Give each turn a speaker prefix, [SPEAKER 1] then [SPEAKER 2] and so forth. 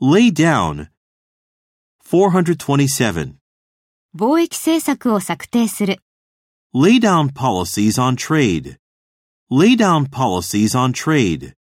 [SPEAKER 1] Lay down. 427.
[SPEAKER 2] 貿易政策を策定する。
[SPEAKER 1] Lay down policies on trade. Lay down policies on trade.